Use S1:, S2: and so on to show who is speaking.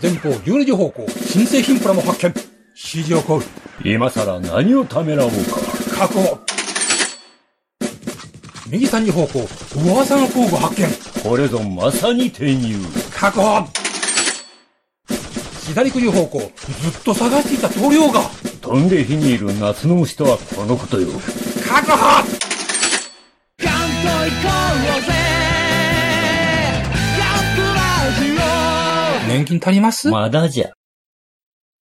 S1: 前方12時方向、新製品プラも発見。指示を行う。
S2: 今さら何をためらおうか。
S1: 確保。右3時方向、噂の工具発見。
S2: これぞまさに転入。
S1: 確保。左9時方向、ずっと探していた棟梁が。
S2: 飛んで火にいる夏の虫とはこのことよ。
S1: 確保
S3: ガンと行こうぜガンプラジオ
S1: 年金足ります
S2: まだじゃ。